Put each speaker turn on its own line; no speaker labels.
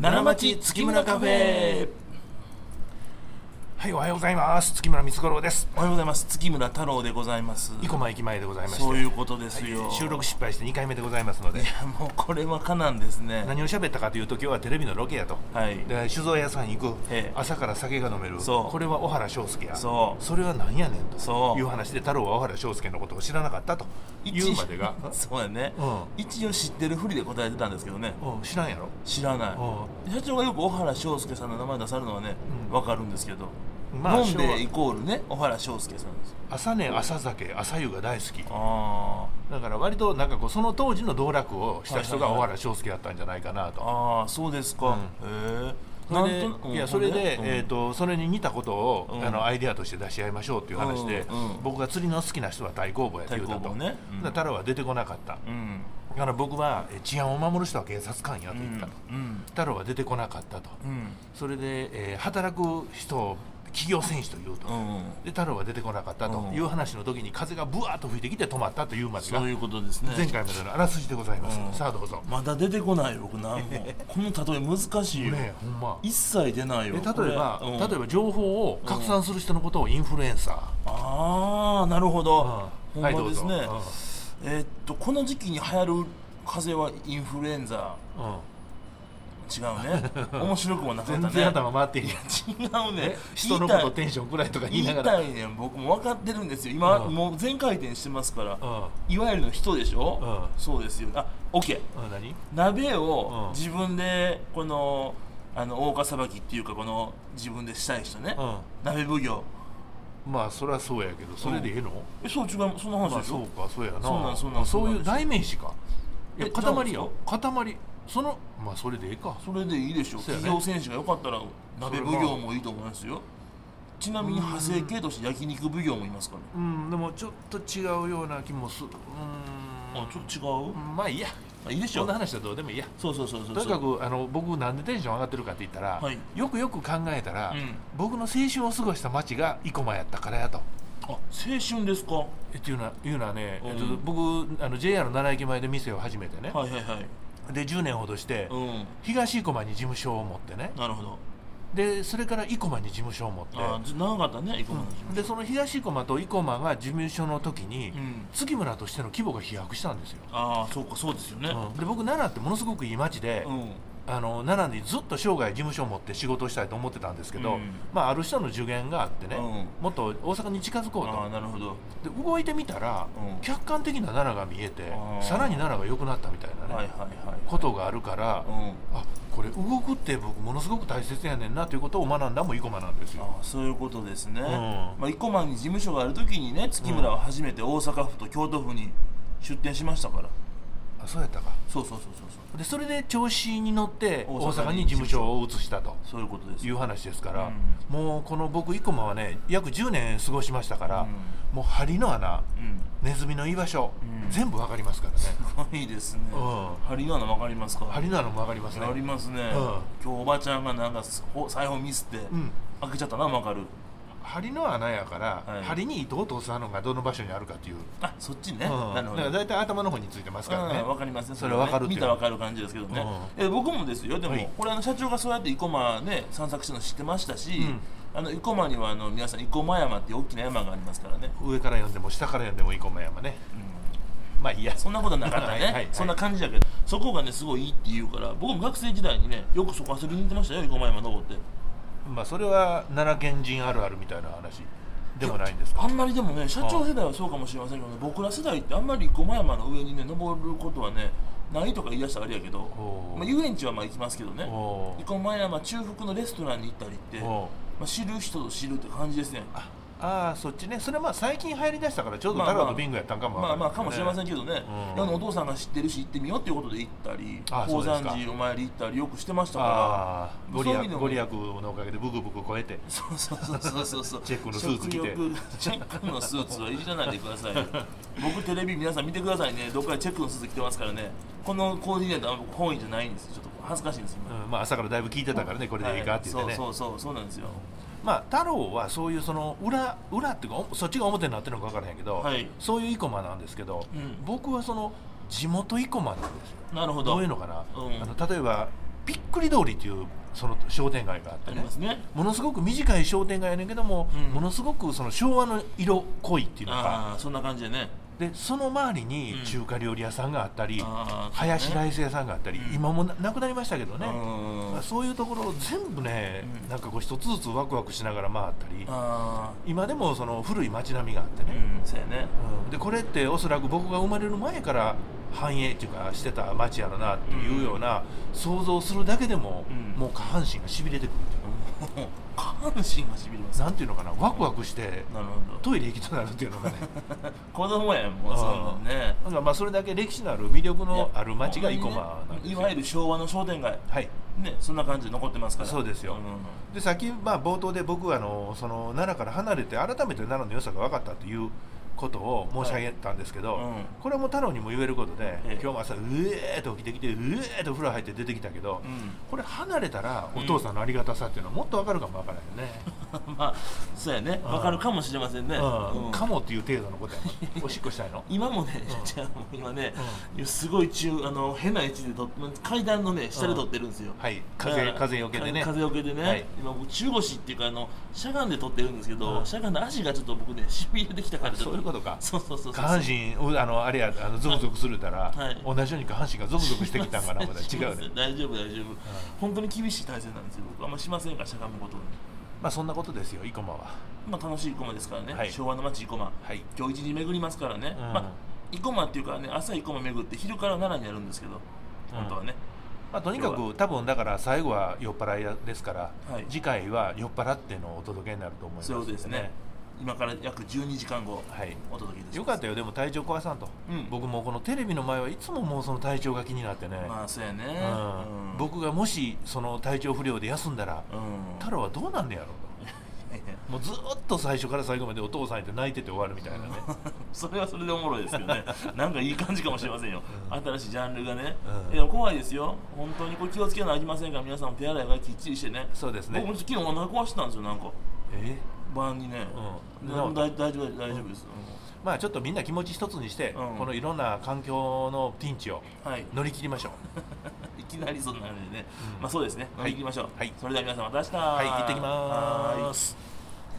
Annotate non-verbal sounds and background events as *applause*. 奈良町月村カフェ
はい、おはようございます。月村光五郎です。
おはようございます月村太郎でございます
生駒駅前でございまして、
そういうことですよ、
収録失敗して2回目でございますので、
もうこれはかなんですね
何を喋ったかというと、今日はテレビのロケやと。
はい
で酒造屋さんに行く
ええ
朝から酒が飲める
そう
これは小原章介や
そう
れは何やねんと
そう
いう話で太郎は小原章介のことを知らなかったというま
*laughs*
でが、
そうやね、
う
一応知ってるふりで答えてたんですけどね
うん、知らんやろ
知らない、
う
社長がよく小原章介さんの名前出されるのはね
うん
わ、かるんですけど、
まあ
飲んでイコールね小原章介さんです
朝寝朝酒朝湯が大好き
あ
だから割となんかこうその当時の道楽をした人が
はい
小
はいは
原章介だったんじゃないかなと
ーあーそうですか、へえ
それで
うん
いやそれで、
うん
えー、とそれに似たことを、
うん
あのアイデアとして出し合いましょうっていう話で、
うんうん
僕が釣りの好きな人は太公棒やって言うた
太
と、
公棒ねうん
だから太郎は出てこなかった、
うん
だから僕はえ治安を守る人は警察官やと
う
言った
ん
と、
うん
太郎は出てこなかったと、
うん
それで、えー働く人を企業戦士と言うと、
うん
で太郎は出てこなかったという話の時に風がぶわっと吹いてきて止まったというまでが
そういうことですね
前回までのあらすじでございます、
うん
さあどうぞ、
まだ出てこない僕何も
*laughs*
この例え難しいよ、
ねえほんま
一切出ないよ
え例えば、
これうん
例えば情報を拡散する人のことをインフルエンサ
ああなるほ
ー、
ど、
うん
ほ
は
ん
い
ま
ど
で
う
す
ぞ、
ね、えーっとこの時期に流行る風邪はインフルエンザ
うんうん
違うね
*laughs*
面白くもなかったね
全然頭回ってへんやん
違うね
え人のことテンションくらいとか言
言
い
いた
ないが
言い
ら
たいねん僕も分かってるんですよ今、
うん
もう全回転してますから、
うん
いわゆるの人でしょ、
うん
そうですよあ OK
うん何
鍋
う
を
ん
自分でこのあの大岡さばきっていうかこの自分でしたい人ね、
う
鍋奉行
まあそりゃそうやけどそれでええの、
えそう違うそんな話
まあ
でしょ、
そうかそうやな
そうなんそうなん
あそう
そうなん
いう
ですよ
代名詞かいや
え違うんで
塊
す
よ
よ
塊そのまあそれでええか
それでいいでしょ、
そうやね
企業選手がよかったら鍋奉行もいいと思いますよちなみに派生系として焼肉奉行もいますから
うんでもちょっと違うような気もするう
あちょっと違う、
ーんまあいいや
あいいでし
そ
ょ
んな話はどうでもいいや
そうそうそうそう
とにかくあの僕なんでテンション上がってるかって言ったら、
はい
よくよく考えたら、
うん
僕の青春を過ごした町が生駒やったからやと。
あ青春ですかは
えっていうのはいうのはね、
うん
えっと僕あの JR の奈良駅前で店を始めてね、
いはいはい
で10年ほどして、
うん
東生駒に事務所を持ってね
なるほど
でそれから生駒に事務所を持って
あず長かったね生駒の話
でその東生駒と生駒が事務所の時に、
うん
月村としての規模が飛躍したんですよ。
ああそうかそうですよね
うんで僕奈良ってものすごくいい町で、
うん、
あの奈良にずっと生涯事務所を持って仕事をしたいと思ってたんですけ
う
ど、
ん
まあ、ある人の助言があってね、
うん
もっと大阪に近づこう
ああ
と
なるほど
で動いてみたら、
うん
客観的な奈良が見えて
あー
さらに奈良が良くなったみたいなね、
はいはいはい
ことがあるから、
うん
あこれ動くって僕ものすごく大切やねんなということを学んだも生駒なんですよ。
ああそういうことですね、
ん
まあ、生駒に事務所がある時にね月村は初めて大阪府と京都府に出店しましたから、
あそうやったか
そうそうそうそうそ
でそれで調子に乗って
大
大
阪
阪
に
に事務所を移した
う
と。
そういうことです
いう話ですから、
う
もうこの僕生駒はね約10年過ごしましたから、
う
もう針の穴
うん
ネズミの居場所、
うん
全部わかりますからね。
すごいですね、
うん
ハリガナ分かりますか
針の穴もわかりますね。
ありますね、今日おばちゃんがなんかすほ裁縫ミスって、
うん
開けちゃったな分かる
針の穴やから、
はい
針に糸を通す穴がどの場所にあるかっていう。
あそっちね、
うん、
な
だ
る
か
ほ
ら
ど
大体頭の方についてますからね。
うんわかりますね
それはわかるって
ね
い
見
う
たらわかる感じですけどね、え僕もですよでも、
はい
これあの社長がそうやって生駒ね散策したの知ってましたし、
ん
あの生駒にはあの皆さん生駒山っていう大きな山がありますからね、
上から読んでも下から読んでも生駒山ね。まあいいや。
そんなことはなかったね
はいはいはい
そんな感じだけどそこがねすごいいいって言うから僕も学生時代にねよくそこ遊びに行ってましたよ生駒山登って
まあそれは奈良県人あるあるみたいな話でもないんです
あ
か。
んまりでもね社長世代はそうかもしれませんけどね僕ら世代ってあんまり生駒山の上にね登ることはねないとか言い出したらあれやけど
お、ー
まあ、遊園地はまあ行きますけどね
お
生
ー
駒山中腹のレストランに行ったりって、ま
お
あ、知る人ぞ知るって感じですね
ーああそっちね。それはまあ最近入り出したからちょうど
まあまあ
奈良とビンゴやったんかもわ
まあ
ん
まあかもしれません
ね。
けどね、
うん
いやあのお父さんが知ってるし行ってみようっていうことで行ったり
あそ
宝
うですか
山寺お参り行ったりよくしてました
あ
か
あ
ら
ご利
そういう意
益
味でも
ご利益のおかげでブクブク超えて。
そうそうそうそうそう
*laughs* チェックのスーツ着て
食欲チェックのスーツはいじらないでくださ
*laughs*
いよ僕テレビ皆さん見てくださいねどっかでチェックのスーツ着てますからねこのコーディネートは僕本意じゃないんですよちょっと恥ずかしいんです今、
うんまあ朝からだいぶ聞いてたからねこれでいいかって言って
は
ね
い。そうそうそうそうなんですよ
まあ、太郎はそういうその裏裏っていうかおそっちが表になってるのか分からへんけど、
はい
そういう生駒なんですけど、
うん
僕はその地元生駒なんですよ
なるほど
どういうのかな、
うん
あの例えばびっくり通りっていうその商店街があっ
あ
て
り
ね
ますね
ものすごく短い商店街やねんけども、
うん
ものすごくその昭和の色濃いっていうのか
ああそんな感じでね
でその周りに
うん
中華料理屋さんがあったり、
ああ
林大生屋さんがあったり、
うん
今もななくなりましたけどね、
うん
まあそういうところを全部ね、
うん
なんかこう一つずつワクワクしながら回ったり、
あ
今でもその古い街並みがあって
あう
ね、
んそうや
*laughs*
ね
うんでこれっておそらく僕が生まれる前から繁栄っていうかしてた街やろなっていうような想像するだけでも、
うん
もう下半身がしびれてくるってい
うん下半身がしびれま
う
す
か
な
なんていうのかなワクワクして
るほど
トイレ行きたくなるっていうのがね *laughs*
子供やんもうそんなんね
なんかまあそれだけ歴史のある魅力
いや
のある街が生駒なんです
い
よ
わゆる昭和の商店街
はい
ねそんな感じで残ってますから
そうですよ
ん
でさっき、まあ、冒頭で僕はあのその奈良から離れて改めて奈良の良さが分かったということを申し上げたんですけど、
はいうん
これはもう太郎にも言えることで、
ええ
今日も朝うえーっと起きてきてうえーっとお風呂入って出てきたけ
う
ど、これ離れたらお父さんのありがたさっていうのはもっと分かるかも分からん
*laughs*
よね、
ん *laughs* まあそうやねわかるかもしれませんね
うん
うん
かもっていう程度のことやなおしっこしたいの
今もね
うん、
*laughs* じゃあもう今ね、すごい中あの変な位置で撮って階段のね下で撮ってるんですよ、
はい風風よけでね
か風よけでね、
はい
今僕中腰っていうかあのしゃがんで撮ってるんですけど、
うん
しゃがんで足がちょっと僕ねしびれてきたから
あそういうことか
そうそうそうそう
下半身うあのあれやあのゾクゾクするたら、
はい
同じように下半身がゾクゾクしてきたんかなまだ違うね
しません大丈夫大丈夫、本当に厳しい体勢なんですよ僕あんましませんからしゃがむことに
まあそんなことですよ生駒は
まあ楽しい駒ですからね、
はい
昭和の街生駒
はい
今日一日巡りますからね、
うん
まあ生駒っていうかね朝生駒巡って昼から奈良にやるんですけど本当はね、
まあ、とにか
今
く多分だから最後は酔っ払いですから、
はい
次回は酔っ払ってのお届けになると思います
そういうことです
ん
ね今から約12時間後
はい
お届けいたします
よかったよでも体調壊さんと、
うん
僕もこのテレビの前はいつももうその体調が気になってね、
まあそうやね、
うん
うん、
僕がもしその体調不良で休んだら、
うん
太郎はどうなんねやろうともうずーっと最初から最後までお父さんって泣いてて終わるみたいなね、
*laughs* それはそれでおもろいですけど
*laughs*
ねなんかいい感じかもしれませんよ、
うん
新しいジャンルがね、
うん
いや怖いですよ本当にこれ気をつけなあきませんから皆さんも手洗いがきっちりしてね
*laughs* そうですね
僕も昨日お腹壊してたんですよなんか
え
晩にね、
うん
でも大大丈夫大丈夫です、
まあちょっとみんな気持ち一つにして、
うん
このいろんな環境のピンチを
うんはい
乗り切りましょう
いきなりそんなのでね、
うん
まあそうですね乗
はい
り切りましょう、
はい
それでは皆さんまた明日
はい行ってきま
は
ーす
い